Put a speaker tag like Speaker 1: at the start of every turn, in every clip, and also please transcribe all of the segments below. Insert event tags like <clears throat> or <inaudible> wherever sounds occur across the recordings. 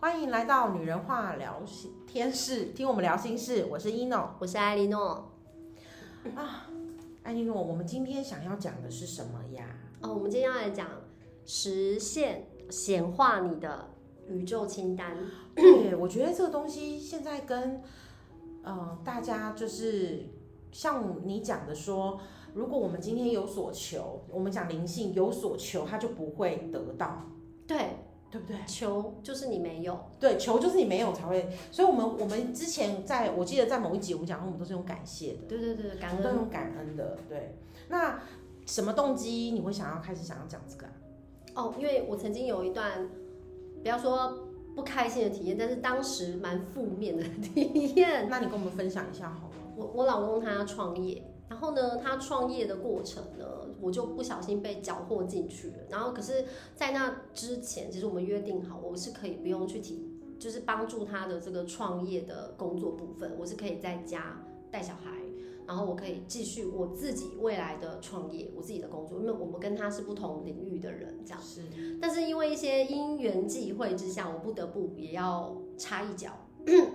Speaker 1: 欢迎来到女人话聊心天室，听我们聊心事。我是 ino
Speaker 2: 我是艾莉诺。
Speaker 1: 啊，艾莉诺，我们今天想要讲的是什么呀？
Speaker 2: 哦，我们今天要来讲实现显化你的宇宙清单。
Speaker 1: 对，我觉得这个东西现在跟呃大家就是像你讲的说，如果我们今天有所求，我们讲灵性有所求，它就不会得到，
Speaker 2: 对，
Speaker 1: 对不对？
Speaker 2: 求就是你没有，
Speaker 1: 对，求就是你没有才会，所以我们我们之前在我记得在某一集我们讲，我们都是用感谢的，
Speaker 2: 对对对，感
Speaker 1: 我们
Speaker 2: 恩
Speaker 1: 都用感恩的，对。那什么动机你会想要开始想要讲这个、啊？
Speaker 2: 哦，因为我曾经有一段，不要说不开心的体验，但是当时蛮负面的体验。
Speaker 1: 那你跟我们分享一下好了。
Speaker 2: 我我老公他创业，然后呢，他创业的过程呢，我就不小心被缴获进去了。然后可是，在那之前，其实我们约定好，我是可以不用去提，就是帮助他的这个创业的工作部分，我是可以在家带小孩。然后我可以继续我自己未来的创业，我自己的工作，因为我们跟他是不同领域的人，这样。
Speaker 1: 是，
Speaker 2: 但是因为一些因缘际会之下，我不得不也要插一
Speaker 1: <clears throat>
Speaker 2: 脚。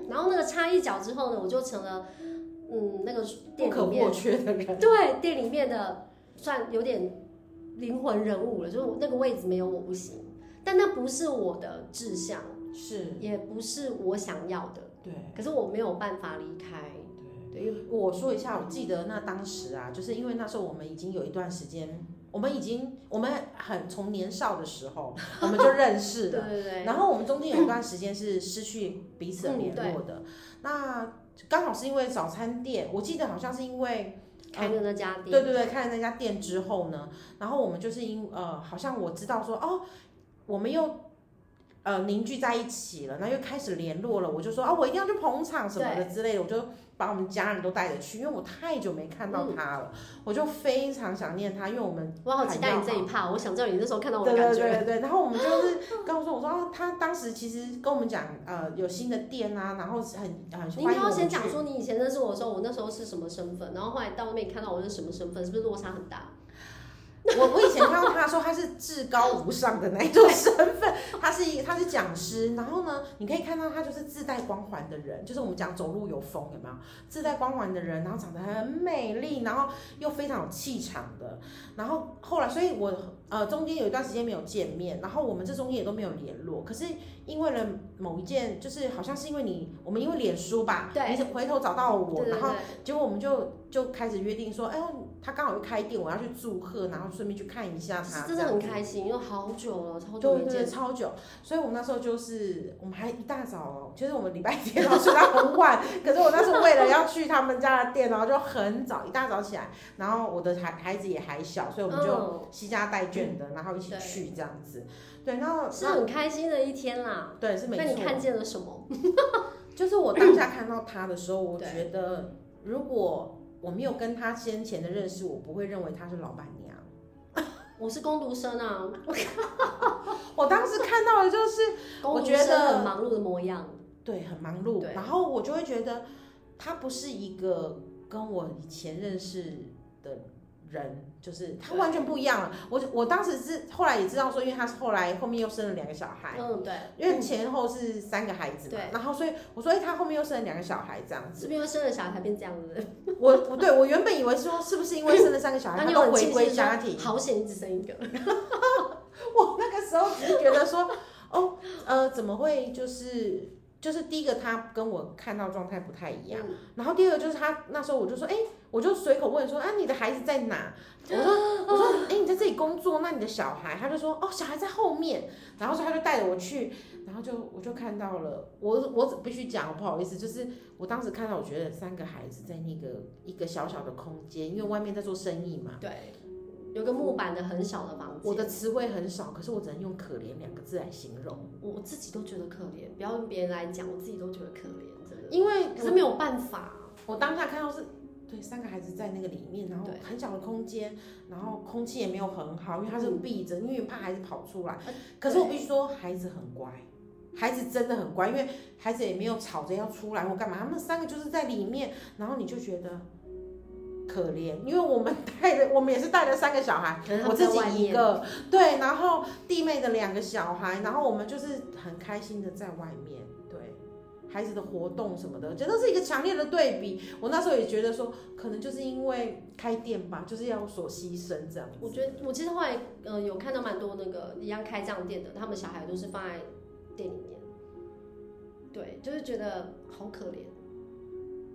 Speaker 2: 然后那个插一脚之后呢，我就成了嗯那个
Speaker 1: 不
Speaker 2: 店
Speaker 1: 可
Speaker 2: 里
Speaker 1: 或
Speaker 2: 面
Speaker 1: 缺的人。
Speaker 2: 对店里面的算有点灵魂人物了，就是我那个位置没有我不行。但那不是我的志向，
Speaker 1: 是，
Speaker 2: 也不是我想要的，
Speaker 1: 对。
Speaker 2: 可是我没有办法离开。对，因为
Speaker 1: 我说一下，我记得那当时啊，就是因为那时候我们已经有一段时间，我们已经我们很从年少的时候
Speaker 2: <laughs>
Speaker 1: 我们就认识
Speaker 2: 对
Speaker 1: 了，
Speaker 2: 对对，
Speaker 1: 然后我们中间有一段时间是失去彼此的
Speaker 2: 嗯
Speaker 1: 联络的。那刚好是因为早餐店，我记得好像是因为
Speaker 2: 开的那家
Speaker 1: 对
Speaker 2: 店，
Speaker 1: 对对，开了那家店之后呢，然后我们就是因呃，好像我知道说哦，我们又呃凝聚在一起了，那又开始联络了，我就说啊，我一定要去捧场什么的之类的，我就把我们家人都带着去，因为我太久没看
Speaker 2: 嗯
Speaker 1: 到他了，我就非常想念他，因为我们
Speaker 2: 我好期待你这
Speaker 1: 很要
Speaker 2: 一趴，我想知道你那时候看到我
Speaker 1: 对
Speaker 2: 的感
Speaker 1: 对
Speaker 2: 觉。
Speaker 1: 对对对，然后我们就是
Speaker 2: <laughs>
Speaker 1: 告诉我说，啊他当时其实跟我们讲，呃，有新的店啊，然后是很很
Speaker 2: 你
Speaker 1: 欢
Speaker 2: 应该
Speaker 1: 迎我
Speaker 2: 要
Speaker 1: 们
Speaker 2: 先
Speaker 1: 去
Speaker 2: 讲说你以前认识我的时候，我那时候是什么身份，然后后来到外面看到我是什么身份，是不是落差很大？ <laughs>
Speaker 1: 我我以前看到他说他是至高无上的那一种身份，他是一他是讲师，然后呢，你可以看到他就是自带光环的人，就是我们讲走路有风有没有？自带光环的人，然后长得很美丽，然后又非常有气场的，然后后来，所以我呃中间有一段时间没有见面，然后我们这中间也都没有联络，可是因为了某一件，就是好像是因为你，我们因为脸书吧，
Speaker 2: 对
Speaker 1: 你回头找到我，
Speaker 2: 对对
Speaker 1: 然后
Speaker 2: 对，
Speaker 1: 结果我们就就开始约定说，哎呦，他刚好又开店，我要去祝贺，然后顺便去看一下他，
Speaker 2: 是真的很
Speaker 1: 这样
Speaker 2: 开心，因为好久了，超
Speaker 1: 子。
Speaker 2: 久
Speaker 1: 对
Speaker 2: 没
Speaker 1: 对对，
Speaker 2: 见。
Speaker 1: 超久，所以我们那时候就是，我们还一大早哦，就是我们礼拜天然后睡到很晚，可是我那时候为了要去他们家的店，然后就很早一大早起来，然后我的孩孩子也还小，所以我们就
Speaker 2: 嗯，
Speaker 1: 惜家带眷的，然后一起
Speaker 2: 对
Speaker 1: 去这样子。对，然后
Speaker 2: 嗯是很开心的一天啦。
Speaker 1: 那对是没
Speaker 2: 那你
Speaker 1: 错，
Speaker 2: 看见了什么？ <laughs>
Speaker 1: 就是我当下看到他的时候，我
Speaker 2: 对
Speaker 1: 觉得如果我没有跟他先前的认识，我不会认为她是老板娘。
Speaker 2: 我是工读生啊，
Speaker 1: 我当时看到的就是我
Speaker 2: 工读
Speaker 1: 觉得
Speaker 2: 生很忙碌的模样。
Speaker 1: 对很忙碌，
Speaker 2: 对
Speaker 1: 然后我就会觉得他不是一个跟我以前认识的人，就是他
Speaker 2: 对
Speaker 1: 完全不一样了。我我当时是后来也知道说，因为他是后来后面又生了两个小孩，
Speaker 2: 嗯，对。
Speaker 1: 因为前后是三个孩子嘛
Speaker 2: 对，
Speaker 1: 然后所以我说，哎、他后面又生了两个小孩这样
Speaker 2: 是
Speaker 1: 子。
Speaker 2: 不是因为生了小孩才变这样子？
Speaker 1: 我不对，我原本以为说是不是因为生了三个小孩，
Speaker 2: 那
Speaker 1: 他
Speaker 2: 你有
Speaker 1: 都
Speaker 2: 很
Speaker 1: 回
Speaker 2: 庆
Speaker 1: 归
Speaker 2: 幸
Speaker 1: 家庭
Speaker 2: 说，。好险，你只生一个。
Speaker 1: <laughs> 我那个时候只是觉得说，哦，呃，怎么会就是就是第一个他跟我看到状态不太一样，
Speaker 2: 嗯
Speaker 1: 然后第二个就是他那时候我就说，哎、我就随口问说，啊，你的孩子在哪？我说，我说，哎、你在这里工作，那你的小孩？他就说，哦，小孩在后面。然后所以他就带着我去，然后就我就看到了，我我必须讲，我不好意思，就是我当时看到，我觉得三个孩子在那个一个小小的空间，因为外面在做生意嘛，
Speaker 2: 对，有个木板的很小的房间。
Speaker 1: 啊我的词汇很少，可是我只能用可怜两个字来形容。
Speaker 2: 我自己都觉得可怜，不要用别人来讲，我自己都觉得可怜，真的。
Speaker 1: 因为
Speaker 2: 可是没有办法，啊
Speaker 1: 我当下看到是，对，三个孩子在那个里面，然后
Speaker 2: 对
Speaker 1: 很小的空间，然后空气也没有很好，因为它是闭着，因为怕孩子跑出来
Speaker 2: 呃。
Speaker 1: 可是我必须说，孩子很乖，孩子真的很乖，因为孩子也没有吵着要出来或干嘛，他们三个就是在里面，然后你就觉得可怜，因为我们带了，我们也是带了三个小孩，
Speaker 2: 可能他
Speaker 1: 我
Speaker 2: 们
Speaker 1: 自
Speaker 2: 在外
Speaker 1: 己一
Speaker 2: 面，
Speaker 1: 个，对，然后弟妹的两个小孩，然后我们就是很开心的在外面，对，孩子的活动什么的，真的是一个强烈的对比。我那时候也觉得说，可能就是因为开店吧，就是要有所牺牲这样子。
Speaker 2: 我觉得我其实后来呃有看到蛮多那个一样开这样店的，他们小孩都是放在店里面，对，就是觉得好可怜，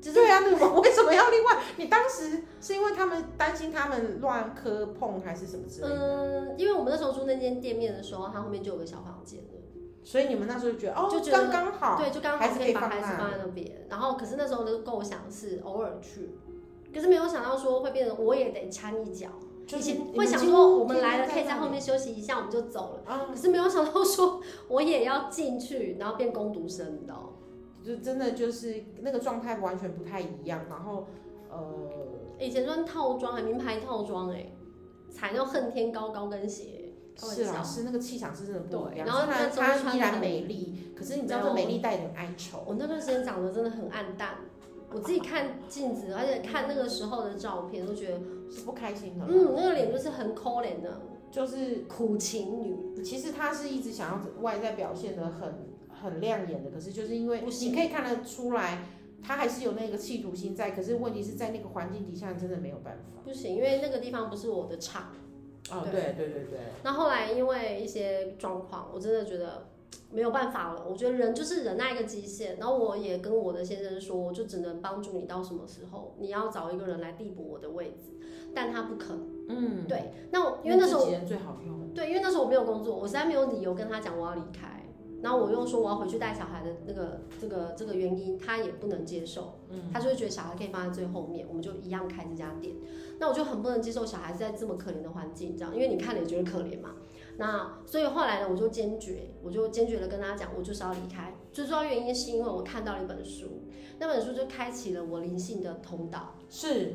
Speaker 2: 就是
Speaker 1: 对啊，你 <laughs> 们为什么要另外？你当时是因为他们担心他们乱磕碰还是什么之类的，
Speaker 2: 嗯，因为我们那时候住那间店面的时候，它后面就有个小房间了，
Speaker 1: 所以你们那时候就觉得哦，
Speaker 2: 就觉得
Speaker 1: 刚刚好，
Speaker 2: 对，就刚
Speaker 1: 孩
Speaker 2: 好
Speaker 1: 子
Speaker 2: 可
Speaker 1: 可以
Speaker 2: 以把
Speaker 1: 放
Speaker 2: 孩子
Speaker 1: 那
Speaker 2: 放在那边。然后，可是那时候的构想是偶尔去，可是没有想到说会变成我也得掺一脚。
Speaker 1: 就
Speaker 2: 以
Speaker 1: 是
Speaker 2: 前
Speaker 1: 你
Speaker 2: 会
Speaker 1: 们
Speaker 2: 想
Speaker 1: 几乎
Speaker 2: 说我们
Speaker 1: 天天
Speaker 2: 来了可以在
Speaker 1: 那
Speaker 2: 后
Speaker 1: 里
Speaker 2: 面休息一下，我们就走了。
Speaker 1: 啊，
Speaker 2: 可是没有想到说我也要进去，然后变攻读生，你知道吗？
Speaker 1: 就真的就是那个状态完全不太一样，然后呃。
Speaker 2: 以前穿套装，还名牌套装，哎，踩到恨天高高跟鞋，开玩
Speaker 1: 是
Speaker 2: 笑
Speaker 1: 啊，是那个气场是真的不一
Speaker 2: 对
Speaker 1: 样。
Speaker 2: 然后
Speaker 1: 虽
Speaker 2: 那
Speaker 1: 然
Speaker 2: 时候
Speaker 1: 她
Speaker 2: 穿
Speaker 1: 依
Speaker 2: 的
Speaker 1: 然
Speaker 2: 很
Speaker 1: 美丽，可是你知道这
Speaker 2: 没有
Speaker 1: 美丽带点哀愁。
Speaker 2: 我那段时间长得真的很暗淡，我自己看镜子，而且看那个时候的照片，都觉得，
Speaker 1: 是不开心的，
Speaker 2: 嗯，那个脸就是很抠脸的
Speaker 1: 就是
Speaker 2: 苦情女，
Speaker 1: 其实她是一直想要外在表现的很很亮眼的，可是就是因为
Speaker 2: 不
Speaker 1: 你
Speaker 2: 行
Speaker 1: 可以看得出来，她还是有那个企图心在，可是问题是在那个环境底下真的没有办法。
Speaker 2: 不行，因为那个地方不是我的场。
Speaker 1: 哦，
Speaker 2: 对
Speaker 1: 对对对对，
Speaker 2: 那后来因为一些状况，我真的觉得没有办法了。我觉得人就是忍耐一个极限。然后我也跟我的先生说，我就只能帮助你到什么时候，你要找一个人来递补我的位置，但他不肯。
Speaker 1: 嗯，
Speaker 2: 对，那我因为那时候
Speaker 1: 自己人最好用。
Speaker 2: 对，因为那时候我没有工作，我实在没有理由跟他讲我要离开。然后我又说我要回去带小孩的那个这个这个原因，他也不能接受，他就会觉得小孩可以放在最后面，我们就一样开这家店。那我就很不能接受小孩子在这么可怜的环境这样，因为你看了也觉得可怜嘛。那所以后来呢，我就坚决，我就坚决的跟他讲，我就是要离开。最主要原因是因为我看到了一本书，那本书就开启了我灵性的通道。
Speaker 1: 是，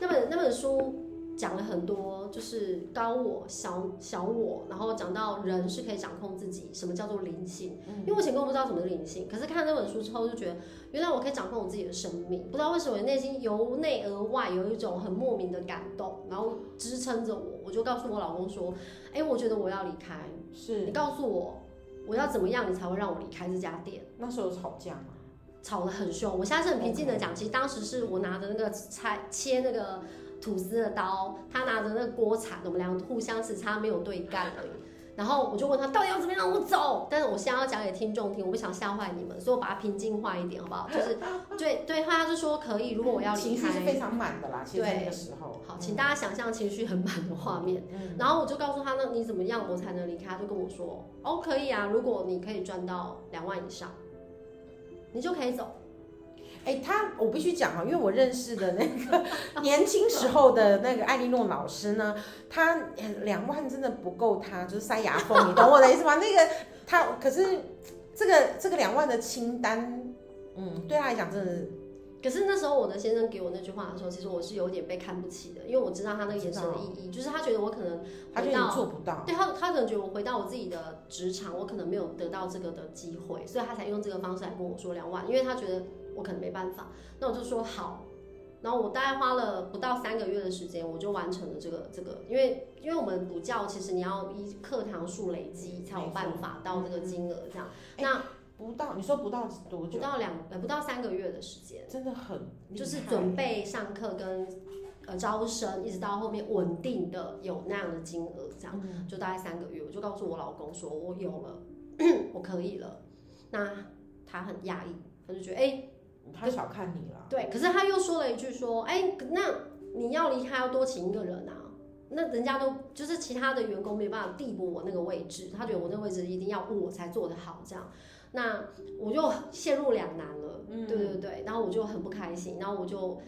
Speaker 2: 那本那本书讲了很多，就是高我、小小我，然后讲到人是可以掌控自己，什么叫做灵性。因为我以前根本不知道什么是灵性，可是看那本书之后就觉得，原来我可以掌控我自己的生命。不知道为什么内心由内而外有一种很莫名的感动，然后支撑着我。我就告诉我老公说，哎、我觉得我要离开，
Speaker 1: 是
Speaker 2: 你告诉我我要怎么样，你才会让我离开这家店。
Speaker 1: 那时候有吵架嘛，
Speaker 2: 吵得很凶。我现在是很平静的讲，其实当时是我拿着那个拆切那个吐司的刀，他拿着那个锅铲，我们两个互相只差没有对干而已。然后我就问他到底要怎么样，我走。但是我现在要讲给听众听，我不想吓坏你们，所以我把它平静化一点，好不
Speaker 1: <laughs>
Speaker 2: 好？就是对对，他就说可以，如果我要离
Speaker 1: 情绪是非
Speaker 2: 开，
Speaker 1: 常满的啦，其实
Speaker 2: 对
Speaker 1: 那个时候。
Speaker 2: 好，请大家想象情绪很满的画面。
Speaker 1: 嗯，
Speaker 2: 然后我就告诉他，那你怎么样我才能离开？他就跟我说，哦，可以啊，如果你可以赚到两万以上，你就可以走。
Speaker 1: 哎、他我必须讲啊，因为我认识的那个 <laughs> 年轻时候的那个艾莉诺老师呢，他呃两万真的不够他就是塞牙缝，你懂我的意思吗？那个他可是这个这个两万的清单，嗯，对他来讲真的
Speaker 2: 可是那时候我的先生给我那句话的时候，其实我是有点被看不起的，因为我知道他那个眼神的意义，就是他觉得我可能
Speaker 1: 他觉
Speaker 2: 回
Speaker 1: 得你
Speaker 2: 到，
Speaker 1: 做不到，
Speaker 2: 对他他可能觉得我回到我自己的职场，我可能没有得到这个的机会，所以他才用这个方式来跟我说两万，因为他觉得我可能没办法。那我就说好，然后我大概花了不到三个月的时间，我就完成了这个这个，因为因为我们补教其实你要依课堂数累积才有办法到这个金额这样，
Speaker 1: 不到你说不到多
Speaker 2: 不
Speaker 1: 久，
Speaker 2: 到两呃不到三个月的时间。
Speaker 1: 真的很厉害
Speaker 2: 就是准备上课跟呃招生，一直到后面稳定的有那样的金额，这样
Speaker 1: 嗯
Speaker 2: 就大概三个月，我就告诉我老公说我有了， <clears throat> 我可以了。那他很讶异，他就觉得哎、
Speaker 1: 他小看你了，
Speaker 2: 对，可是他又说了一句说，哎、那你要离开要多请一个人啊。那人家都就是其他的员工没办法递补我那个位置，他觉得我那个位置一定要我才做得好这样，那我就陷入两难了。
Speaker 1: 嗯
Speaker 2: 对对对，然后我就很不开心，然后我就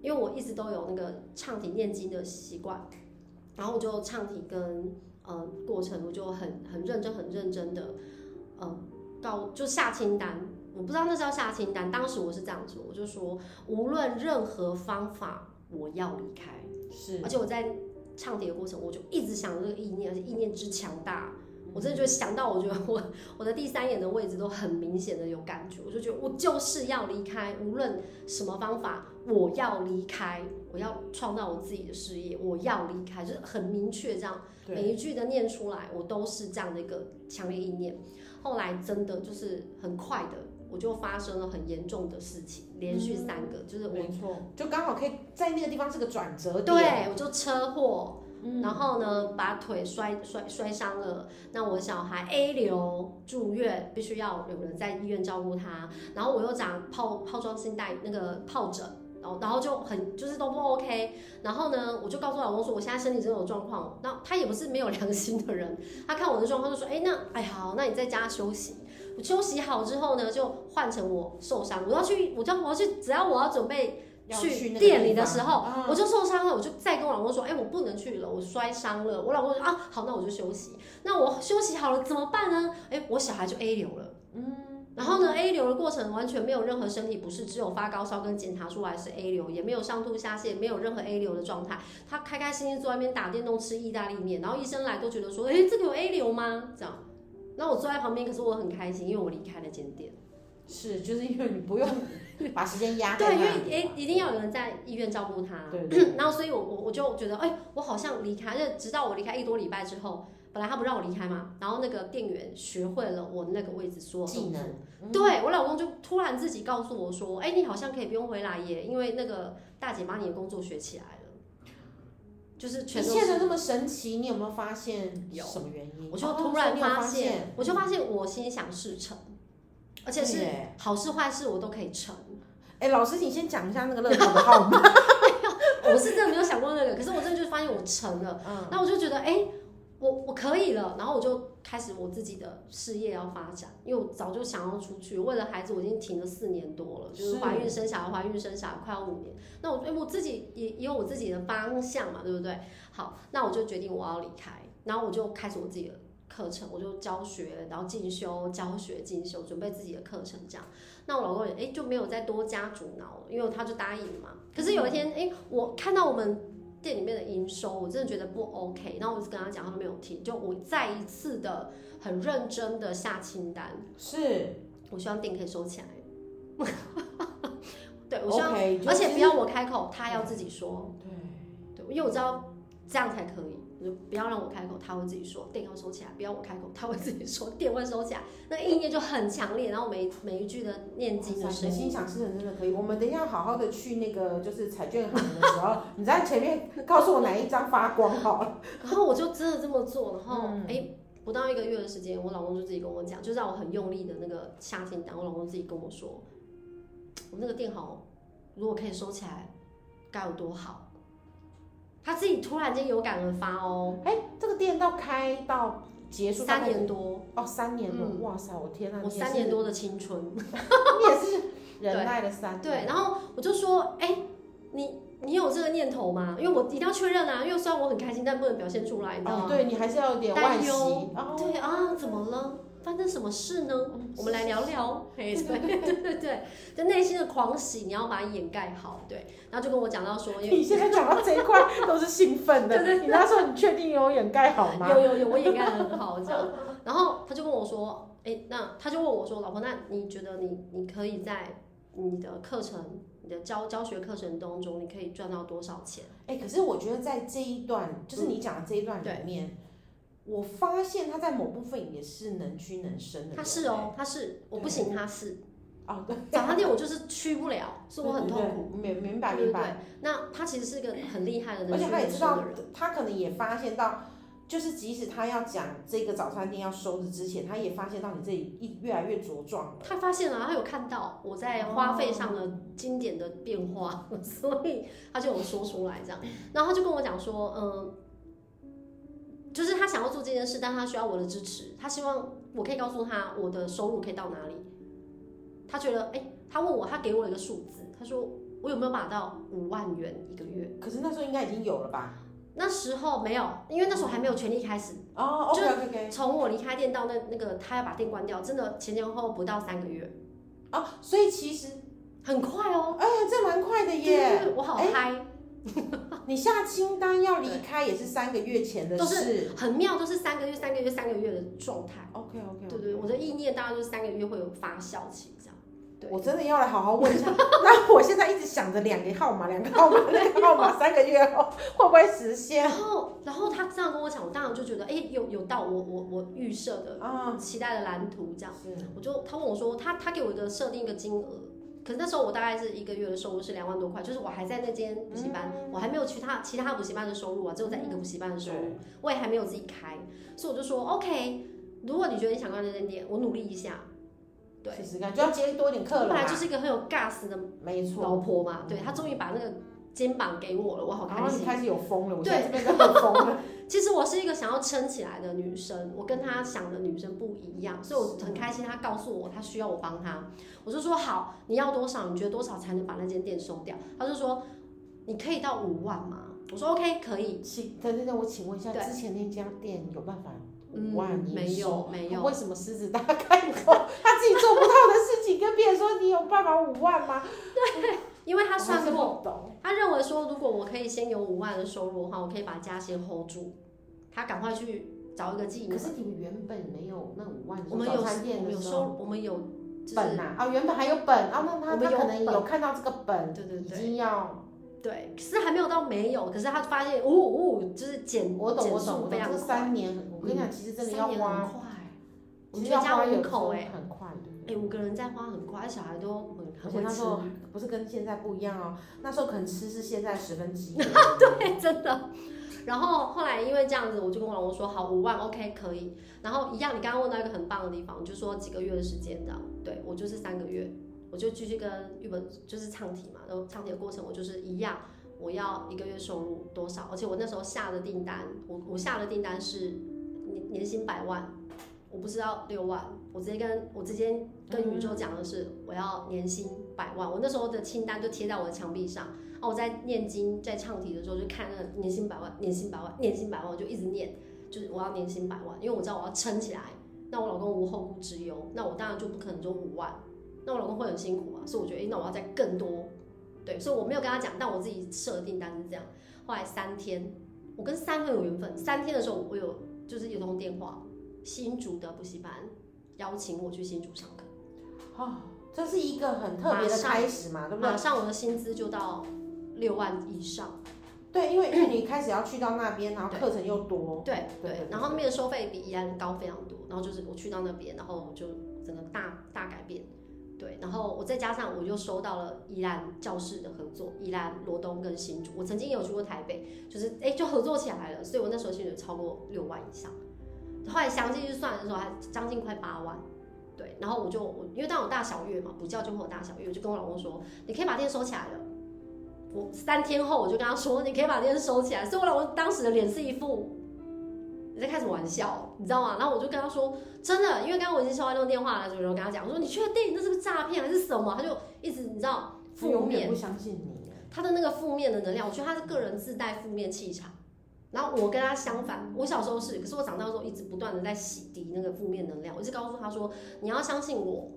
Speaker 2: 因为我一直都有那个唱题念经的习惯，然后我就唱题跟呃过程，我就很很认真很认真的呃告就下清单，我不知道那是要下清单，当时我是这样做，我就说无论任何方法我要离开，
Speaker 1: 是
Speaker 2: 而且我在唱题的过程，我就一直想着这个意念，而且意念之强大，我
Speaker 1: 嗯
Speaker 2: 真的就想到，我觉得我 <laughs> 我的第三眼的位置都很明显的有感觉，我就觉得我就是要离开，无论什么方法，我要离开，我要创造我自己的事业，我要离开，就是很明确这样。每
Speaker 1: 对，
Speaker 2: 一句的念出来，我都是这样的一个强烈意念。后来真的就是很快的，我就发生了很严重的事情，连续三个，就是我
Speaker 1: 没错，就刚好可以在那个地方是个转折点。
Speaker 2: 对我就车祸，
Speaker 1: 嗯，
Speaker 2: 然后呢把腿摔摔摔伤了，那我小孩 A 流住院，必须要有人在医院照顾他，然后我又长泡泡装性带那个疱疹。然后，然后就很就是都不 OK。然后呢，我就告诉老公说，我现在身体真的有状况。那他也不是没有良心的人，他看我的状况就说，哎，那哎好，那你在家休息。我休息好之后呢，就换成我受伤，我要去，我就我要去，只要我要准备
Speaker 1: 要
Speaker 2: 去
Speaker 1: 那个
Speaker 2: 店里
Speaker 1: 地
Speaker 2: 的
Speaker 1: 方
Speaker 2: 时候，
Speaker 1: 啊
Speaker 2: 我就受伤了，我就再跟我老公说，哎、我不能去了，我摔伤了。我老公说啊，好，那我就休息。那我休息好了怎么办呢？哎、我小孩就 A 流了。
Speaker 1: 嗯，
Speaker 2: 然后呢，A 流的过程完全没有任何身体不适，只有发高烧跟检查出来是 A 流，也没有上吐下泻，没有任何 A 流的状态。他开开心心坐在那边打电动吃意大利面，然后医生来都觉得说，哎、这个有 A 流吗？这样。那我坐在旁边，可是我很开心，因为我离开了检点。
Speaker 1: 是，就是因为你不用 <laughs> 把时间压在
Speaker 2: 对，因
Speaker 1: 那里
Speaker 2: 为哎
Speaker 1: 嘛
Speaker 2: 一一定要有人在医院照顾他。啊
Speaker 1: 对 <clears throat> 对
Speaker 2: 然后所以我我我就觉得，哎、我好像离开，就直到我离开一个多礼拜之后，本来他不让我离开嘛，然后那个店员学会了我那个位置所有动作
Speaker 1: 技能，嗯，
Speaker 2: 对我老公就突然自己告诉我说，哎、你好像可以不用回来耶，因为那个大姐把你的工作学起来了，就是全
Speaker 1: 一
Speaker 2: 都
Speaker 1: 切
Speaker 2: 是
Speaker 1: 的那么神奇，你有没有发现
Speaker 2: 有
Speaker 1: 什么原因？
Speaker 2: 我就
Speaker 1: 哦
Speaker 2: 突
Speaker 1: 所以
Speaker 2: 然
Speaker 1: 你有
Speaker 2: 发
Speaker 1: 发
Speaker 2: 现，我就发现我心想事成，而且
Speaker 1: 对
Speaker 2: 是
Speaker 1: 耶
Speaker 2: 好事坏事我都可以成。
Speaker 1: 哎，老师，你先讲一下那个乐透 <laughs> 的号码。
Speaker 2: <laughs> 我是真的没有想过那个，可是我真的就发现我成了，
Speaker 1: 嗯，
Speaker 2: 那我就觉得哎、我我可以了，然后我就开始我自己的事业要发展，因为我早就想要出去，为了孩子我已经停了四年多了，就是
Speaker 1: 是
Speaker 2: 怀孕生小孩，怀孕生小孩快要五年，那我哎、我自己也也有我自己的方向嘛，对不对？好，那我就决定我要离开，然后我就开始我自己的。课程我就教学，然后进修，教学进修，准备自己的课程这样。那我老公也哎、就没有再多加阻挠了，因为他就答应了嘛。可是有一天哎、我看到我们店里面的营收，我真的觉得不 OK。然后我就跟他讲，他都没有听，就我再一次的很认真的下清单，
Speaker 1: 是
Speaker 2: 我希望店可以收起来。 <laughs> 对，我希望
Speaker 1: ，OK，就哦
Speaker 2: 而且
Speaker 1: 是
Speaker 2: 不要我开口，他要自己说。
Speaker 1: 对，
Speaker 2: 对，因为我知道这样才可以，我就不要让我开口，他会自己说，店要收起来，不要我开口，他会自己说，店会收起来。那意念就很强烈，然后每每一句的念经的
Speaker 1: 哇塞
Speaker 2: 声
Speaker 1: 你心
Speaker 2: 音，
Speaker 1: 想事成真的可以。我们等一下好好的去那个就是彩券行的时候， <laughs> 你在前面告诉我哪一张发光好了。
Speaker 2: 然后我就真的这么做，然后
Speaker 1: 嗯
Speaker 2: 哎、诶不到一个月的时间，我老公就自己跟我讲，就让我很用力的那个下清单，我老公自己跟我说，我那个店好，如果可以收起来，该有多好。他自己突然间有感而发哦，
Speaker 1: <laughs> 哎，这个店到开到结束大
Speaker 2: 三
Speaker 1: 概
Speaker 2: 年多，
Speaker 1: 哦，三年多，
Speaker 2: 嗯
Speaker 1: 哇塞，我天呐，
Speaker 2: 我
Speaker 1: 你也
Speaker 2: 三
Speaker 1: 是
Speaker 2: 年，多的青春。
Speaker 1: 你也是忍耐了三年，
Speaker 2: 对，然后我就说，哎、你你有这个念头吗？因为我一定要确认啊，因为虽然我很开心，但不能表现出来，你知道
Speaker 1: 哦，
Speaker 2: 吗？
Speaker 1: 对你还是要有点惋
Speaker 2: 嗯担
Speaker 1: 惜，
Speaker 2: 忧
Speaker 1: 哦，
Speaker 2: 对啊，怎么了？发生什么事呢？
Speaker 1: 嗯
Speaker 2: 我们来聊聊。嘿，对对对对对，就内心的狂喜，你要把它掩盖好。对，然后就跟我讲到说，因为
Speaker 1: <laughs> 你现在讲到这一块都是兴奋
Speaker 2: <laughs>
Speaker 1: 的，你那时候你确定有掩盖好吗？
Speaker 2: 有有有，我掩盖得很好这样。然后他就跟我说，哎、那他就问我说，老婆，那你觉得你你可以在你的课程、你的教教学课程当中，你可以赚到多少钱？
Speaker 1: 哎、可是我觉得在这一段，就是
Speaker 2: 嗯
Speaker 1: 你讲的这一段里面，我发现他在某部分也是能屈能伸的。
Speaker 2: 他是哦，他是，我不行，他
Speaker 1: 对
Speaker 2: 是。
Speaker 1: 不对，哦，对，<laughs>
Speaker 2: 早餐店我就是去不了，所以我很痛苦。
Speaker 1: 苦。明明白
Speaker 2: 对
Speaker 1: 明
Speaker 2: 对对
Speaker 1: 白，，
Speaker 2: 那他其实是一个很厉害的
Speaker 1: 而
Speaker 2: 能
Speaker 1: 且
Speaker 2: 屈
Speaker 1: 他也
Speaker 2: 能
Speaker 1: 知
Speaker 2: 伸
Speaker 1: 道
Speaker 2: 的人，，
Speaker 1: 他可能也发现到，就是即使他要讲这个早餐店要收拾之前，他也发现到你这里一越来越茁壮了。
Speaker 2: 他发现了，他有看到我在花费上的经典的变化， <laughs> 所以他就有说出来这样。然后他就跟我讲说，嗯，就是他想要做这件事，但他需要我的支持，他希望我可以告诉他我的收入可以到哪里。他觉得，哎、他问我，他给我一个数字，他说我有没有把到五万元一个月？
Speaker 1: 可是那时候应该已经有了吧？
Speaker 2: 那时候没有，因为那时候还没有权利开始。
Speaker 1: 哦
Speaker 2: 就
Speaker 1: ，OK OK OK。
Speaker 2: 从我离开店到那那个他要把店关掉，真的前前后后不到三个月，
Speaker 1: 哦，所以其实，
Speaker 2: 很快哦。
Speaker 1: 哎呀，这蛮快的
Speaker 2: 对
Speaker 1: 耶。
Speaker 2: 对对，我好
Speaker 1: 哎
Speaker 2: 嗨，
Speaker 1: <laughs> 你下清单要离开也是三个月前的
Speaker 2: 都 <laughs>
Speaker 1: 事。
Speaker 2: 很妙，都是三个月、三个月、三个月的状态。
Speaker 1: OK OK，
Speaker 2: 对对，我的意念大概就是三个月会有发酵期这样。对，
Speaker 1: 我真的要来好好问一下。 <laughs> 那我现在一直想着两个号码，两个号码，两个号码，三个月后会不会实现
Speaker 2: 然后然后他这样跟我讲，我当然就觉得哎、有有到我我我预设的
Speaker 1: 啊？
Speaker 2: 期待的蓝图这样。
Speaker 1: 是
Speaker 2: 我就他问我说，他他给我的设定一个金额，可是那时候我大概是一个月的收入是两万多块，就是我还在那间补习班，我还没有去他其他补习班的收入啊，只有在一个补习班的收入，我也还没有自己开，所以我就说 OK，如果你觉得你想关那间店，我努力一下。对，
Speaker 1: 试试看，就要接多一点客
Speaker 2: 我
Speaker 1: 人
Speaker 2: 本来就
Speaker 1: 嘛。
Speaker 2: 是一个很有 gas 的
Speaker 1: 没错，
Speaker 2: 啊老婆嘛，对她终于把那个肩膀给我了，我好
Speaker 1: 然
Speaker 2: 开
Speaker 1: 后你
Speaker 2: 心。
Speaker 1: 开始有风了，我
Speaker 2: 对
Speaker 1: 现在这边都有风
Speaker 2: <laughs>
Speaker 1: 了。
Speaker 2: 其实我是一个想要撑起来的女生，我跟她想的女生不一样，所以我很开心。她告诉我她需要我帮她，我就说好，你要多少？你觉得多少才能把那间店收掉？她就说你可以到五万吗？我说 OK，可以。
Speaker 1: 请等等等，我请问一下，
Speaker 2: 对
Speaker 1: 之前那家店有办法
Speaker 2: 嗯
Speaker 1: 五万营收？
Speaker 2: 没有没有
Speaker 1: 为什么狮子大开口，他自己做不到的事情，跟别人说你有办法五万吗？
Speaker 2: 因为她算
Speaker 1: 我还是
Speaker 2: 过，
Speaker 1: 不懂，
Speaker 2: 她认为说如果我可以先有五万的收入的话，我可以把家先 hold 住。她赶快去找一个技能
Speaker 1: 可。是你们原本没有那五万，
Speaker 2: 我们
Speaker 1: 你
Speaker 2: 有
Speaker 1: 说早餐
Speaker 2: 我
Speaker 1: 店
Speaker 2: 们
Speaker 1: 的
Speaker 2: 有
Speaker 1: 时候。
Speaker 2: 收，我们有就是
Speaker 1: 本呐、啊，哦，原本还有本，啊，那他
Speaker 2: 我们
Speaker 1: 他
Speaker 2: 有
Speaker 1: 可能有
Speaker 2: 本
Speaker 1: 看到这个本，
Speaker 2: 对对
Speaker 1: 已
Speaker 2: 对
Speaker 1: 经要，
Speaker 2: 对，是还没有到没有，可是他发现，哦哦，就是减，
Speaker 1: 我懂
Speaker 2: 减
Speaker 1: 我
Speaker 2: 速
Speaker 1: 懂，我
Speaker 2: 非
Speaker 1: 懂，
Speaker 2: 常
Speaker 1: 这
Speaker 2: 快，
Speaker 1: 三年，我跟你讲，其实真的要
Speaker 2: 三年
Speaker 1: 花，
Speaker 2: 很快，我
Speaker 1: 其
Speaker 2: 们
Speaker 1: 实
Speaker 2: 全
Speaker 1: 要
Speaker 2: 家
Speaker 1: 花
Speaker 2: 五
Speaker 1: 有
Speaker 2: 口哎、
Speaker 1: 很快，对不
Speaker 2: 哎、
Speaker 1: 对
Speaker 2: 五个人在花很快，小孩都很
Speaker 1: 而
Speaker 2: 很
Speaker 1: 且
Speaker 2: 会
Speaker 1: 那时候
Speaker 2: 吃，
Speaker 1: 不是跟现在不一样哦，那时候可能吃是现在十分
Speaker 2: <laughs>
Speaker 1: 之一。对，
Speaker 2: 哎，真的。然后后来因为这样子，我就跟我老公说，好，五万 OK 可以。然后一样，你刚刚问到一个很棒的地方，就说几个月的时间这样，对我就是三个月，我就继续跟日本就是唱题嘛，然后唱题的过程我就是一样。我要一个月收入多少？而且我那时候下的订单，我我下的订单是年年薪百万，我不知道六万，我直接跟我直接跟宇宙讲的是我要年薪百万，我那时候的清单就贴在我的墙壁上。啊，我在念经在唱题的时候就看那个年薪百万，年薪百万，年薪百万，我就一直念，就是我要年薪百万，因为我知道我要撑起来。那我老公无后顾之忧，那我当然就不可能说五万，那我老公会很辛苦啊，所以我觉得，诶，那我要再更多对，所以我没有跟他讲，但我自己设定单是这样。后来三天，我跟三很有缘分。三天的时候，我有就是有通电话，新竹的补习班邀请我去新竹上课，
Speaker 1: 哦，这是一个很特别
Speaker 2: 马
Speaker 1: 的
Speaker 2: 上
Speaker 1: 开始嘛，对不对
Speaker 2: 嗯马？呃上我的薪资就到六万以上。
Speaker 1: 对，因为因为你开始要去到那边，然后
Speaker 2: 对
Speaker 1: 课程又多，
Speaker 2: 对
Speaker 1: 哦对对
Speaker 2: 对
Speaker 1: 对，
Speaker 2: 然后那边的收费比宜兰高非常多。然后就是我去到那边，然后我就整个大大改变。对，然后我再加上我又收到了宜兰教室的合作，宜兰罗东跟新竹，我曾经也有去过台北，就是哎就合作起来了，所以我那时候薪水超过六万以上，后来详细去算的时候还将近快八万，对，然后我就我因为当我大小月嘛，补教就会有大小月，我就跟我老公说，你可以把店收起来了。我三天后我就跟他说，你可以把店收起来，所以我老公当时的脸是一副你在开什么玩笑，你知道吗？然后我就跟他说，真的，因为刚刚我已经收到那个电话了，所以我就跟他讲，我说你确定那是不是诈骗还是什么？他就一直你知道
Speaker 1: 我
Speaker 2: 负
Speaker 1: 永
Speaker 2: 面
Speaker 1: 远，不相信你。
Speaker 2: 他的那个负面的能量，我觉得他是个人自带负面气场。然后我跟他相反，我小时候是，可是我长大之后一直不断的在洗涤那个负面能量。我一直告诉他说，你要相信我，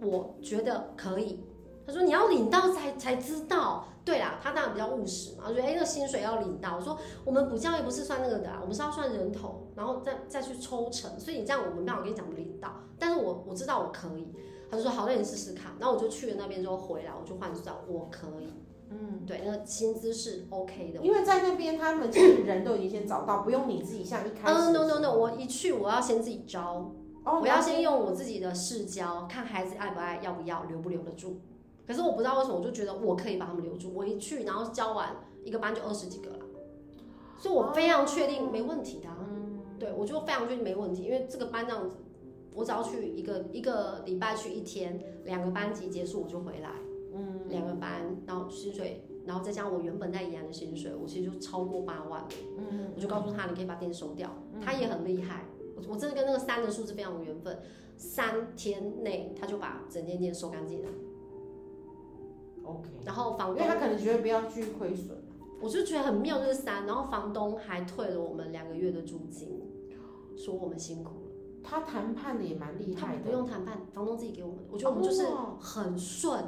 Speaker 2: 我觉得可以。他说你要领到才才知道。对啦，他当然比较务实嘛，我觉得哎，那个薪水要领到。我说我们补教也不是算那个的、啊，我们是要算人头，然后再再去抽成。所以你这样我们没办法跟你讲领到，但是我我知道我可以。他就说好，那你试试看。然后我就去了那边之后回来，我就换算我可以。
Speaker 1: 嗯，
Speaker 2: 对，那薪资是 OK 的。
Speaker 1: 因为在那边他们其实人都已经先找到，不用你自己像一开始。
Speaker 2: 嗯，no no no，我一去我要先自己招，
Speaker 1: 哦，
Speaker 2: 我要先用我自己的视角看孩子爱不爱，要不要留不留得住。可是我不知道为什么，我就觉得我可以把他们留住。我一去，然后教完一个班就二十几个了，所以我非常确定没问题的
Speaker 1: 哦
Speaker 2: 啊、对，我就非常确定没问题，因为这个班这样子，我只要去一个一个礼拜去一天，两个班级结束我就回来，嗯，两个班，然后薪水，然后再加上我原本在宜兰的薪水，我其实就超过八万了。
Speaker 1: 嗯，
Speaker 2: 我就告诉他，你可以把店收掉。他也很厉害，我我真的跟那个三的数字非常有缘分。三天内他就把整间店收干净了，
Speaker 1: OK，
Speaker 2: 然后
Speaker 1: 嗯因
Speaker 2: 房
Speaker 1: 为
Speaker 2: 东
Speaker 1: 他可能觉得不要去亏损。
Speaker 2: 我就觉得很妙，就是三，然后房东还退了我们两个月的租金，说我们辛苦了，
Speaker 1: 他谈判的也蛮厉
Speaker 2: 他
Speaker 1: 害
Speaker 2: 们不
Speaker 1: 的，
Speaker 2: 用谈判，房东自己给我们，我觉得我
Speaker 1: 哦
Speaker 2: 们就是很顺。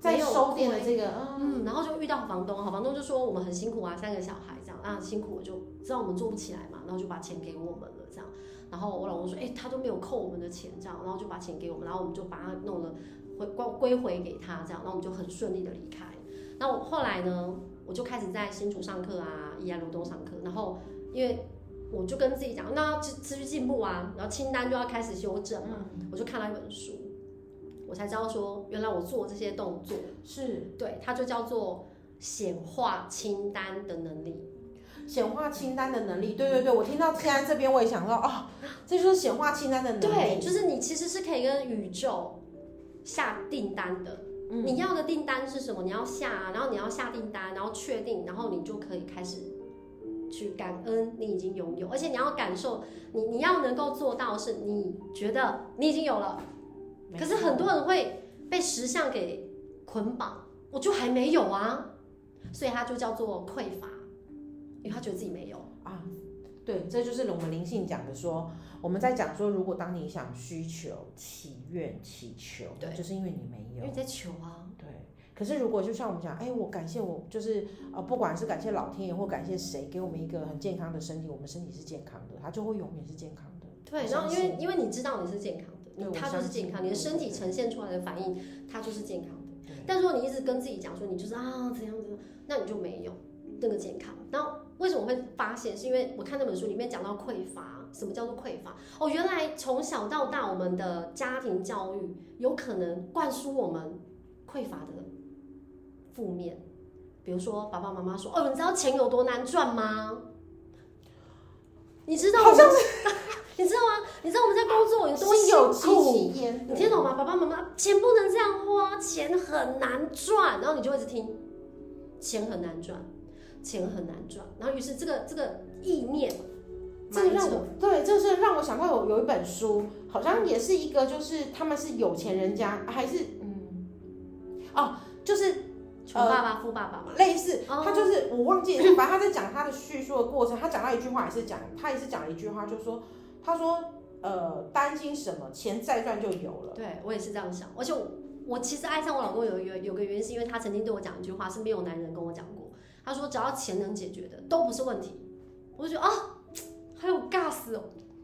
Speaker 1: 在
Speaker 2: 没有
Speaker 1: 收店的
Speaker 2: 亏
Speaker 1: 这个，嗯，
Speaker 2: 嗯，然后就遇到好房东，好房东就说我们很辛苦啊，三个小孩这样啊，辛苦我就知道我们做不起来嘛，然后就把钱给我们了这样。然后我老公说，哎、他都没有扣我们的钱这样，然后就把钱给我们，然后我们就把它弄了回归归回给他这样，然后我们就很顺利的离开。那我后来呢，我就开始在新竹上课啊，宜兰罗东上课，然后因为我就跟自己讲，那要持持续进步啊，然后清单就要开始修正嘛，我就看了一本书，我才知道说，原来我做这些动作。
Speaker 1: 是
Speaker 2: 对，它就叫做显化清单的能力。
Speaker 1: 显化清单的能力。对对对，我听到现在这边我也想到，哦，这就是显化清单的能
Speaker 2: 对，
Speaker 1: 力。
Speaker 2: 就是你其实是可以跟宇宙下订单的。
Speaker 1: 嗯
Speaker 2: 你要的订单是什么？你要下啊，然后你要下订单，然后确定，然后你就可以开始去感恩你已经拥有，而且你要感受，你你要能够做到，是你觉得你已经有了。
Speaker 1: 没
Speaker 2: 可
Speaker 1: 错
Speaker 2: 是很多人会被实相给捆绑，我就还没有啊，所以他就叫做匮乏，因为他觉得自己没有。
Speaker 1: 啊，对，这就是我们灵性讲的说，我们在讲说，如果当你想需求、祈愿、祈求，
Speaker 2: 对
Speaker 1: 就是因为你没
Speaker 2: 因
Speaker 1: 有
Speaker 2: 为。你在求啊，
Speaker 1: 对。可是，如果就像我们讲，哎，我感谢我，就是呃，不管是感谢老天爷或感谢谁，给我们一个很健康的身体，我们身体是健康的，它就会永远是健康的。我
Speaker 2: 对，然
Speaker 1: 相
Speaker 2: 后因
Speaker 1: 信
Speaker 2: 为因为你知道你是健康
Speaker 1: 对
Speaker 2: 的，
Speaker 1: 我
Speaker 2: 它就
Speaker 1: 相
Speaker 2: 是健
Speaker 1: 信
Speaker 2: 康，你的身体
Speaker 1: 对
Speaker 2: 呈现出来的反应，它就是健康的
Speaker 1: 对。
Speaker 2: 但如果你一直跟自己讲说你就是啊怎样怎样，那你就没有那个健康。那为什么会发现？是因为我看那本书里面讲到匮乏，什么叫做匮乏？哦，原来从小到大我们的家庭教育有可能灌输我们匮乏的负面，比如说爸爸妈妈说哦，你知道钱有多难赚吗？你知道我
Speaker 1: 好
Speaker 2: 们
Speaker 1: 像
Speaker 2: <laughs> 你知道吗？你知道我们在工作有多
Speaker 1: 心有
Speaker 2: 辛苦？
Speaker 1: 戚戚焉，
Speaker 2: 你听懂吗？爸爸妈妈，钱不能这样花，钱很难赚。然后你就会一直听，钱很难赚，钱很难赚。然后于是这个这个意念，
Speaker 1: 这个
Speaker 2: 埋
Speaker 1: 让
Speaker 2: 着
Speaker 1: 我对，这是让我想到有有一本书，好像也是一个，就是他们是有钱人家，还是嗯，哦，就是呃
Speaker 2: 穷爸爸、富爸爸嘛。
Speaker 1: 类似，
Speaker 2: 哦
Speaker 1: 他就是我忘记，反正他在讲他的叙述的过程，他讲到一句话也是讲，他也是讲了一句话，就说他说呃担心什么，钱再赚就有了，
Speaker 2: 对我也是这样想，而且我我其实爱上我老公有有有个原因，是因为他曾经对我讲一句话，是没有男人跟我讲过。他说只要钱能解决的都不是问题。我就觉得啊，还有尬死哦。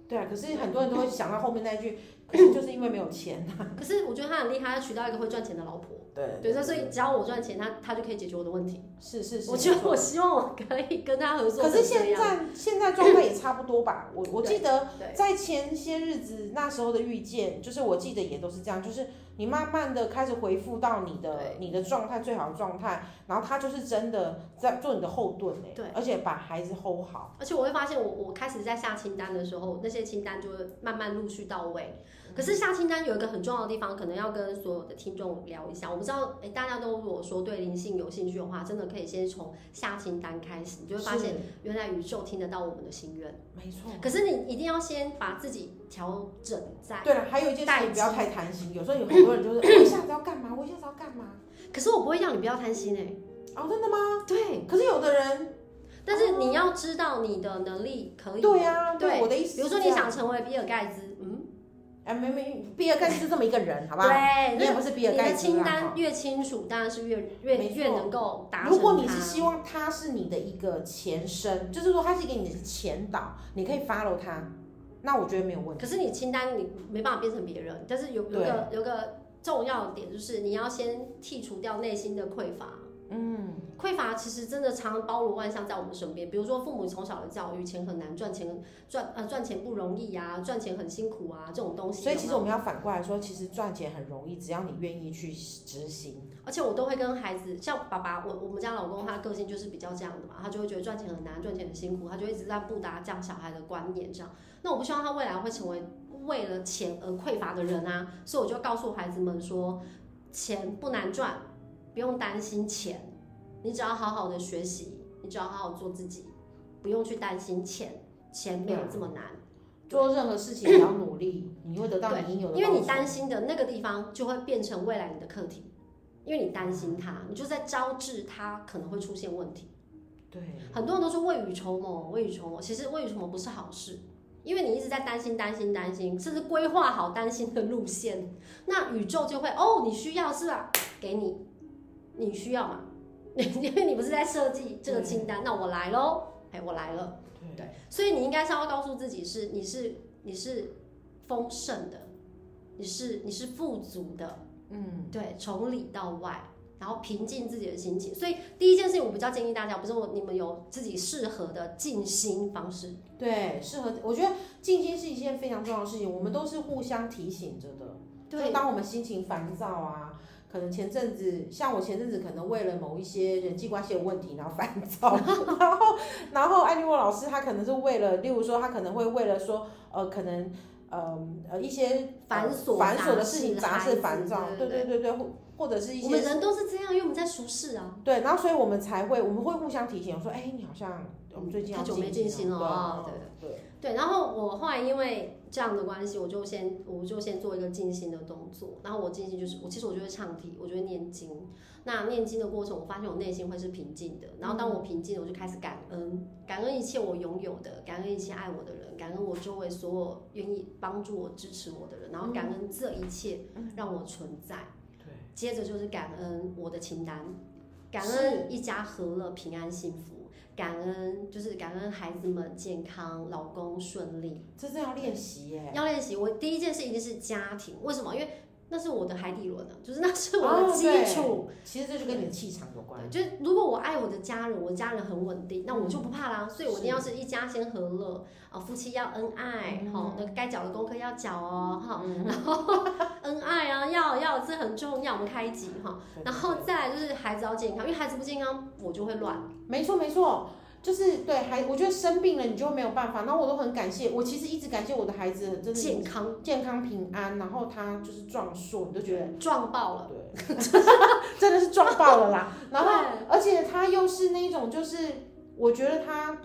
Speaker 1: 对啊，可是很多人都会想到后面那一句，可是就是因为没有钱，
Speaker 2: 可是我觉得他很厉害，他娶到一个会赚钱的老婆。
Speaker 1: 对
Speaker 2: 对，那所以只要我赚钱，他他就可以解决我的问题。
Speaker 1: 是是是，
Speaker 2: 我觉得我希望我可以跟他合作
Speaker 1: 可
Speaker 2: 成这
Speaker 1: 是
Speaker 2: 样。
Speaker 1: 现在现在状态也差不多吧，我我记得。
Speaker 2: 对
Speaker 1: 在前些日子，那时候的遇见，就是我记得也都是这样，就是你慢慢的开始回复到你的
Speaker 2: 对
Speaker 1: 你的状态最好的状态，然后他就是真的在做你的后盾哎、
Speaker 2: 对
Speaker 1: 而且把孩子 hold 好，
Speaker 2: 而且我会发现我，我开始在下清单的时候，那些清单就会慢慢陆续到位。可是下清单有一个很重要的地方，可能要跟所有的听众聊一下。我不知道，诶，大家都如果说对灵性有兴趣的话，真的可以先从下清单开始，你就会发现
Speaker 1: 是嗯
Speaker 2: 原来宇宙听得到我们的心愿。
Speaker 1: 没错。
Speaker 2: 可是你一定要先把自己调整在。
Speaker 1: 对了，啊还有一件事
Speaker 2: 待
Speaker 1: 情
Speaker 2: 机
Speaker 1: 不要太贪心，有时
Speaker 2: <clears throat>
Speaker 1: 候有很多人就是哎我一下子要干嘛，我一下子要干嘛，
Speaker 2: 可是我不会让你不要贪心诶，
Speaker 1: 哦真的吗？
Speaker 2: 对，
Speaker 1: 可是有的人
Speaker 2: 但是你要知道你的能力可以。
Speaker 1: 对啊呀、对
Speaker 2: 对
Speaker 1: 我的意思是
Speaker 2: 比
Speaker 1: 这样，
Speaker 2: 如说你想成为比尔盖茨，嗯，
Speaker 1: 哎没没，比尔盖茨是这么一个人，好不好？
Speaker 2: 对，
Speaker 1: 你也
Speaker 2: 那
Speaker 1: 不是比
Speaker 2: 你
Speaker 1: 尔盖茨
Speaker 2: 的
Speaker 1: 啊
Speaker 2: 清
Speaker 1: 啦。
Speaker 2: 单
Speaker 1: 哈
Speaker 2: 越清楚，当然是越
Speaker 1: 没
Speaker 2: 越
Speaker 1: 错
Speaker 2: 越能够达成它。
Speaker 1: 如果你是希望他是你的一个前身，就是说他是给你的前导，你可以 follow 他，那我觉得没有问题。
Speaker 2: 可是你清单你没办法变成别人，但是有有个有个重要的点就是你要先剔除掉内心的匮乏。嗯，匮乏其实真的常常包罗万象在我们身边，比如说父母从小的教育，钱很难赚钱，赚呃赚钱不容易啊，赚钱很辛苦啊，这种东西。
Speaker 1: 所以其实
Speaker 2: 有
Speaker 1: 我
Speaker 2: 没有
Speaker 1: 们要反过来说，其实赚钱很容易，只要你愿意去执行。
Speaker 2: 而且我都会跟孩子，像爸爸，我我们家老公他个性就是比较这样的嘛，他就会觉得赚钱很难，赚钱很辛苦，他就一直在布达这样小孩的观念这样。那我不希望他未来会成为为了钱而匮乏的人啊，所以我就告诉孩子们说，钱不难赚，不用担心钱，你只要好好的学习，你只要好好做自己，不用去担心钱，钱没有这么难。
Speaker 1: 做任何事情也要努力，你会得到
Speaker 2: 对
Speaker 1: 你应有的报酬。
Speaker 2: 因为你担心的那个地方就会变成未来你的课题，因为你担心它，你就在招致它可能会出现问题。
Speaker 1: 对，
Speaker 2: 很多人都说未雨绸缪，未雨绸缪，其实未雨绸缪不是好事，因为你一直在担心、担心、担心，甚至规划好担心的路线，那宇宙就会哦，你需要是吧？给你，你需要嘛？ <laughs> 因为你不是在设计这个清
Speaker 1: 嗯
Speaker 2: 单，那我来喽，哎，我来了。
Speaker 1: 对，
Speaker 2: 对，所以你应该是要告诉自己是你是你是丰盛的，你是你是富足的，
Speaker 1: 嗯，
Speaker 2: 对，从里到外，然后平静自己的心情。所以第一件事情，我比较建议大家，不是我你们有自己适合的静心方式，
Speaker 1: 对，适合。我觉得静心是一件非常重要的事情，我们都是互相提醒着的。就
Speaker 2: 对，
Speaker 1: 当我们心情烦躁啊，可能前阵子，像我前阵子可能为了某一些人际关系的问题，然后烦躁， <laughs> 然后然后艾利沃老师他可能是为了，例如说他可能会为了说，呃，可能。呃呃，一些
Speaker 2: 繁琐
Speaker 1: 繁琐的
Speaker 2: 杂
Speaker 1: 事
Speaker 2: 事
Speaker 1: 情、杂
Speaker 2: 孩
Speaker 1: 事
Speaker 2: 子
Speaker 1: 烦躁，
Speaker 2: 对
Speaker 1: 对
Speaker 2: 对
Speaker 1: 对对，或或者是一
Speaker 2: 我们
Speaker 1: 些
Speaker 2: 人都是这样，因为我们在熟视啊。
Speaker 1: 对，然后所以我们才会，我们会互相提醒，说，哎，你好像我们最近要
Speaker 2: 太久没进行了啊
Speaker 1: 对对
Speaker 2: 对，然后我后来因为这样的关系，我就先我就先做一个静心的动作。然后我静心就是我其实我就会唱题，我就会念经。那念经的过程，我发现我内心会是平静的。然后当我平静了，我就开始感恩，感恩一切我拥有的，感恩一切爱我的人，感恩我周围所有愿意帮助我、支持我的人，然后感恩这一切让我存在。
Speaker 1: 对
Speaker 2: 接着就是感恩我的清单，感
Speaker 1: 是
Speaker 2: 恩一家和乐、平安、幸福，感恩就是感恩孩子们健康、老公顺利。
Speaker 1: 这真要练习耶。
Speaker 2: 要练习，我第一件事一定是家庭，为什么？因为那是我的海底轮啊，就是那是我的基
Speaker 1: 哦
Speaker 2: 础。
Speaker 1: 其实这就跟你的气场有关
Speaker 2: 对，。就是如果我爱我的家人，我家人很稳定，那
Speaker 1: 嗯
Speaker 2: 我就不怕啦。所以我一定要是一家先和乐啊，夫妻要恩爱，
Speaker 1: 嗯
Speaker 2: 好、那个该缴的功课要缴哦，哈、
Speaker 1: 嗯
Speaker 2: 然后 <laughs> 恩爱啊，要要这很重要，我们开一集哈。
Speaker 1: 对
Speaker 2: 然后再来就是孩子要健康，因为孩子不健康，我就会乱。
Speaker 1: 没错没错，就是对孩，我觉得生病了你就没有办法。然后我都很感谢，我其实一直感谢我的孩子，真的
Speaker 2: 健康
Speaker 1: 健康平安，然后他就是壮硕，你就觉得。
Speaker 2: 撞爆了，
Speaker 1: 对， <laughs> 真的是撞爆了啦！然后
Speaker 2: 对，
Speaker 1: 而且他又是那种，就是我觉得他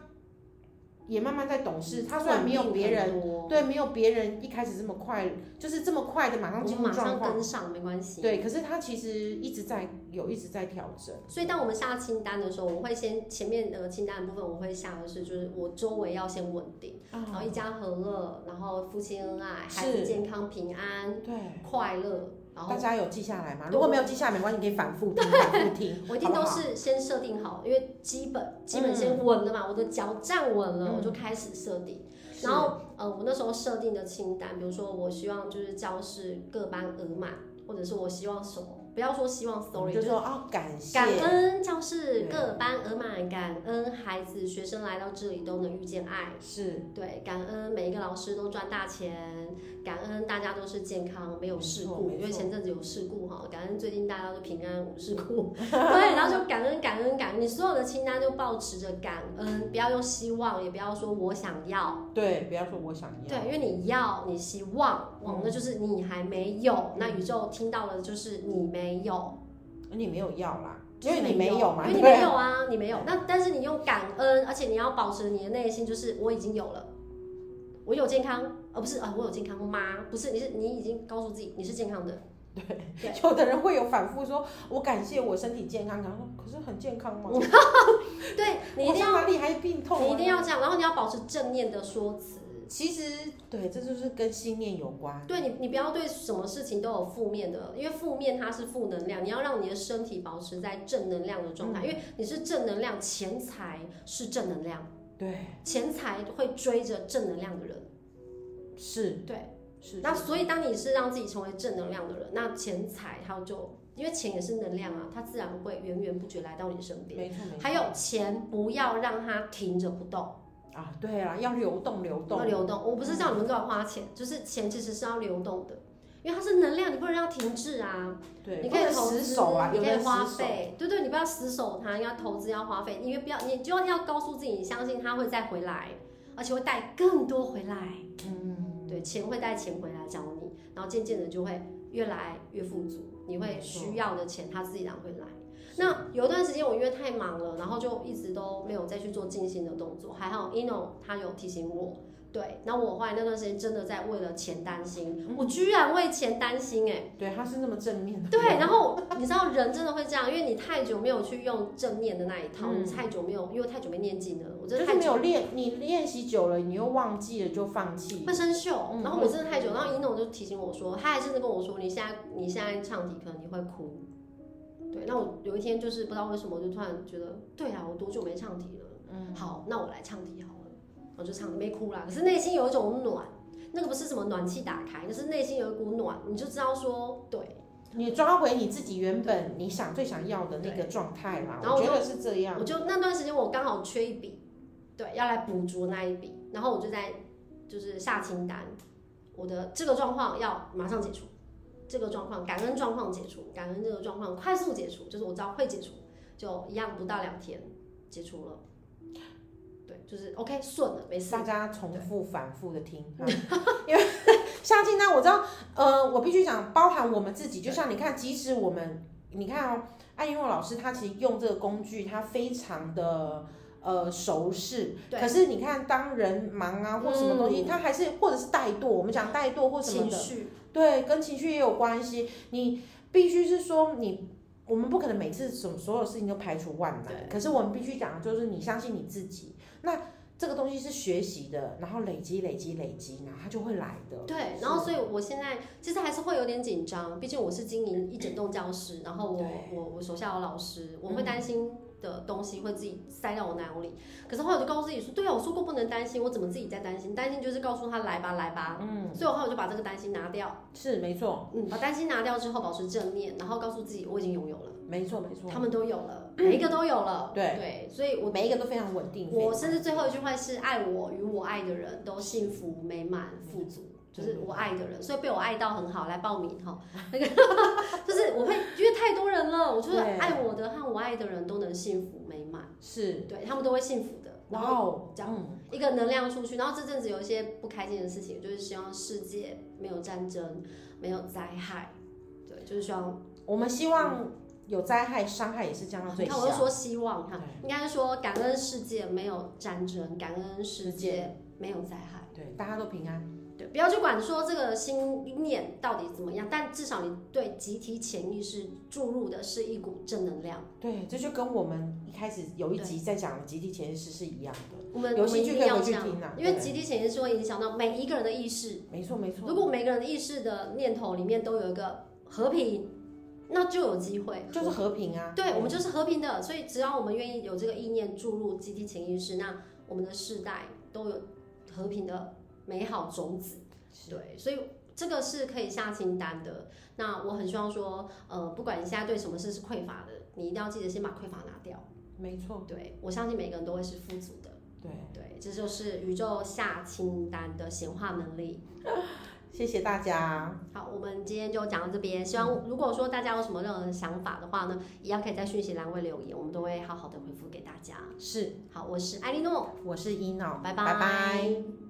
Speaker 1: 也慢慢在懂事。他虽然没有别人，
Speaker 2: 稳定很多，
Speaker 1: 对，没有别人一开始这么快，就是这么快的马上
Speaker 2: 我
Speaker 1: 进
Speaker 2: 们
Speaker 1: 入
Speaker 2: 哦马
Speaker 1: 状
Speaker 2: 上
Speaker 1: 况。
Speaker 2: 跟上，没关系。
Speaker 1: 对，可是他其实一直在有一直在调整。
Speaker 2: 所以当我们下清单的时候，我会先前面呃清单的部分，我会下的是就是我周围要先稳定，然后一家和乐，然后夫妻恩爱，
Speaker 1: 啊是
Speaker 2: 孩子健康平安
Speaker 1: 对，
Speaker 2: 快乐，然后
Speaker 1: 大家有记下来吗？
Speaker 2: 对
Speaker 1: 如果没有记下来，没关系，你可以反复听，反复听。
Speaker 2: 哦 <laughs> 我一定都
Speaker 1: 好
Speaker 2: 是先设定好，因为基本基本先稳了嘛，我的脚站稳了，
Speaker 1: 嗯
Speaker 2: 我就开始设定。
Speaker 1: 不好
Speaker 2: 然后呃，我那时候设定的清单，比如说我希望就是教室各班额满，或者是我希望什么，不要说希望
Speaker 1: 是我们
Speaker 2: ，sorry，
Speaker 1: 就说啊，感谢，
Speaker 2: 感恩教
Speaker 1: 对
Speaker 2: 室各班额满，感恩孩子学生来到这里都能遇见爱，
Speaker 1: 是
Speaker 2: 对，感恩每一个老师都赚大钱，感恩大家都是健康没有事
Speaker 1: 没错
Speaker 2: 故，
Speaker 1: 没错
Speaker 2: 因为前阵子有事故哈，感恩最近大家都平安无
Speaker 1: <laughs>
Speaker 2: 事故，对，然后就感恩感恩感恩，你所有的清单就保持着感恩，不要用希望，也不要说我想要，
Speaker 1: 对，不要说我想要，
Speaker 2: 对，因为你要你希望，哦
Speaker 1: 嗯，
Speaker 2: 那就是你还没有，那宇宙听到的就是你没有。
Speaker 1: 你没有要啦，
Speaker 2: 就
Speaker 1: 因
Speaker 2: 是
Speaker 1: 为你没有嘛，
Speaker 2: 因
Speaker 1: 对
Speaker 2: 为你
Speaker 1: 不对
Speaker 2: 没有啊，你没有。那但是你用感恩，而且你要保持你的内心，就是我已经有了，我有健康，而、不是啊、呃我有健康吗？不是，你是你已经告诉自己你是健康的，对
Speaker 1: <laughs> 有的人会有反复说，我感谢我身体健康，然后可是很健康吗？
Speaker 2: 对 <laughs> 你一定
Speaker 1: 好像
Speaker 2: 要
Speaker 1: 哪里还病痛、啊，
Speaker 2: 你一定。要这样，然后你要保持正念的说辞。
Speaker 1: 其实对，这就是跟信念有关。
Speaker 2: 对你，你不要对什么事情都有负面的，因为负面它是负能量，你要让你的身体保持在正能量的状
Speaker 1: 嗯
Speaker 2: 态，因为你是正能量，钱财是正能量，
Speaker 1: 对，
Speaker 2: 钱财会追着正能量的人，
Speaker 1: 是
Speaker 2: 对。
Speaker 1: 是。
Speaker 2: 那所以，当你是让自己成为正能量的人，那钱财它就因为钱也是能量啊，它自然会源源不绝来到你身边。
Speaker 1: 没错没错。
Speaker 2: 还有钱，不要让它停着不动，
Speaker 1: 啊，对啊，要流动流动
Speaker 2: 要。流动。我不是叫你们乱花钱，就是钱其实是要流动的，因为它是能量，你不能让它停滞啊。
Speaker 1: 对，
Speaker 2: 你
Speaker 1: 不
Speaker 2: 可以
Speaker 1: 能
Speaker 2: 投资，
Speaker 1: 死守啊，
Speaker 2: 你
Speaker 1: 有
Speaker 2: 可
Speaker 1: 的
Speaker 2: 以
Speaker 1: 人
Speaker 2: 花
Speaker 1: 死守
Speaker 2: 费，对对，你不要死守它，要投资要花费，因为不要，你就要告诉自己，你相信它会再回来，而且会带更多回来。
Speaker 1: 嗯，
Speaker 2: 对，钱会带钱回来找你，然后渐渐的就会越来越富足，你会
Speaker 1: 没错
Speaker 2: 需要的钱它自己然会来。那有一段时间我因为太忙了，然后就一直都没有再去做静心的动作，还好 ino 他有提醒我。对，那我后来那段时间真的在为了钱担心，
Speaker 1: 嗯
Speaker 2: 我居然为钱担心哎、
Speaker 1: 对，他是那么正面的。
Speaker 2: 对，然后你知道人真的会这样，因为你太久没有去用正念的那一套，
Speaker 1: 嗯
Speaker 2: 你太久没有，因为太久没念经了，我
Speaker 1: 就
Speaker 2: 真的
Speaker 1: 是
Speaker 2: 太
Speaker 1: 没
Speaker 2: 久
Speaker 1: 有练，你练习久了，你又忘记了就放弃
Speaker 2: 会。生锈
Speaker 1: 嗯。
Speaker 2: 然后我真的太久，然后一诺就提醒我说，他还甚至跟我说，你现在你现在唱题可能你会哭，对，那我有一天就是不知道为什么，我就突然觉得，对啊，我多久没唱题了？
Speaker 1: 嗯，
Speaker 2: 好，那我来唱题好了。然后就唱，没哭啦，可是内心有一种暖，那个不是什么暖气打开，就是内心有一股暖，你就知道说对。
Speaker 1: 你抓回你自己原本你想最想要的那个状态嘛，
Speaker 2: 然后
Speaker 1: 我
Speaker 2: 我
Speaker 1: 觉得是这样
Speaker 2: 我。就嗯那段时间我刚好缺一笔，对，要来补足那一笔，然后我就在就是下清单，我的这个状况要马上解除，这个状况感恩状况解除，感恩这个状况快速解除，就是我知道会解除，就一样不到两天解除了，对，就是 OK 顺了，没事
Speaker 1: 大，家重复反复的
Speaker 2: <laughs>
Speaker 1: 听，哈因为 <laughs> 下清单我知道，呃，我必须讲，包含我们自己，就像你看，即使我们，你看哦，艾云诺老师他其实用这个工具，他非常的。呃，熟视，
Speaker 2: 对
Speaker 1: 可是你看，当人忙啊，或什么东西，
Speaker 2: 嗯
Speaker 1: 他还是或者是怠惰，我们讲怠惰或什么
Speaker 2: 情
Speaker 1: 的，
Speaker 2: 绪
Speaker 1: 对，跟情绪也有关系。你必须是说你，我们不可能每次什么所有事情都排除万
Speaker 2: 对
Speaker 1: 难，可是我们必须讲，就是你相信你自己。那这个东西是学习的，然后累积、累积、累积，然后它就会来的。
Speaker 2: 对，
Speaker 1: 是
Speaker 2: 然后所以我现在其实还是会有点紧张，毕竟我是经营一整栋教室，然后我
Speaker 1: 对嗯
Speaker 2: 我我手下有老师，我会担心的东西会自己塞到我脑里。可是后来我就告诉自己说，对啊，我说过不能担心，我怎么自己在担心？担心就是告诉他来吧，来吧。嗯，所以我后来我就把这个担心拿掉，
Speaker 1: 是没错，
Speaker 2: 嗯，把担心拿掉之后，保持正念，然后告诉自己我已经拥有了，
Speaker 1: 没错，没错。
Speaker 2: 他们都有了，
Speaker 1: <clears throat>
Speaker 2: 每一个都有了，
Speaker 1: 对
Speaker 2: 对，所以
Speaker 1: 我
Speaker 2: 我
Speaker 1: 每一个都非常稳定。非
Speaker 2: 我
Speaker 1: 常
Speaker 2: 甚至最后一句话是爱我与我爱的人都幸福美满富足，就是我爱的人，所以被我爱到很好，来报名哈。那个就是我会因为太多人了，我就是
Speaker 1: 对
Speaker 2: 爱我的和我爱的人都能幸福美满，
Speaker 1: 是
Speaker 2: 对他们都会幸福的。然
Speaker 1: 哇
Speaker 2: 后
Speaker 1: 哦，
Speaker 2: 这
Speaker 1: 样
Speaker 2: 一个能量出去，然后这阵子有一些不开心的事情，就是希望世界没有战争，没有灾害，对，就是希望。
Speaker 1: 我们希望有灾害、伤害也是降到
Speaker 2: 嗯你
Speaker 1: 最
Speaker 2: 看，我就
Speaker 1: 小。
Speaker 2: 说希望，你看
Speaker 1: 对，
Speaker 2: 应该是说感恩世界没有战争，感恩世
Speaker 1: 世界
Speaker 2: 界没有灾害。
Speaker 1: 对，大家都平安。
Speaker 2: 对，不要去管说这个心念到底怎么样，但至少你对集体潜意识注入的是一股正能量。
Speaker 1: 对，这就跟我们一开始有一集在讲的集体潜意识是一样的。
Speaker 2: 我们
Speaker 1: 有
Speaker 2: 我们
Speaker 1: 兴
Speaker 2: 一
Speaker 1: 趣
Speaker 2: 定
Speaker 1: 可以
Speaker 2: 要
Speaker 1: 回
Speaker 2: 这
Speaker 1: 去
Speaker 2: 样
Speaker 1: 听啊，
Speaker 2: 因为
Speaker 1: 对
Speaker 2: 集体潜意识会影响到每一个人的意识。
Speaker 1: 没错，没错。
Speaker 2: 如果每个人的意识的念头里面都有一个和平，那就有机会。
Speaker 1: 就是和平啊。
Speaker 2: 对，我们就是和平的，所以只要我们愿意有这个意念注入集体潜意识，那我们的世代都有和平的美好种子。
Speaker 1: 是
Speaker 2: 对，所以这个是可以下清单的。那我很希望说，呃，不管你现在对什么事是匮乏的，你一定要记得先把匮乏拿掉。
Speaker 1: 没错，
Speaker 2: 对我相信每个人都会是富足的。
Speaker 1: 对，
Speaker 2: 哦对，这就是宇宙下清单的显化能力。
Speaker 1: 谢谢大家，
Speaker 2: 好，我们今天就讲到这边。希望如果说大家有什么任何想法的话呢，一样可以在讯息栏位留言，我们都会好好的回复给大家。
Speaker 1: 是，
Speaker 2: 好，我是艾莉诺，
Speaker 1: 我是伊闹，
Speaker 2: 拜
Speaker 1: 拜拜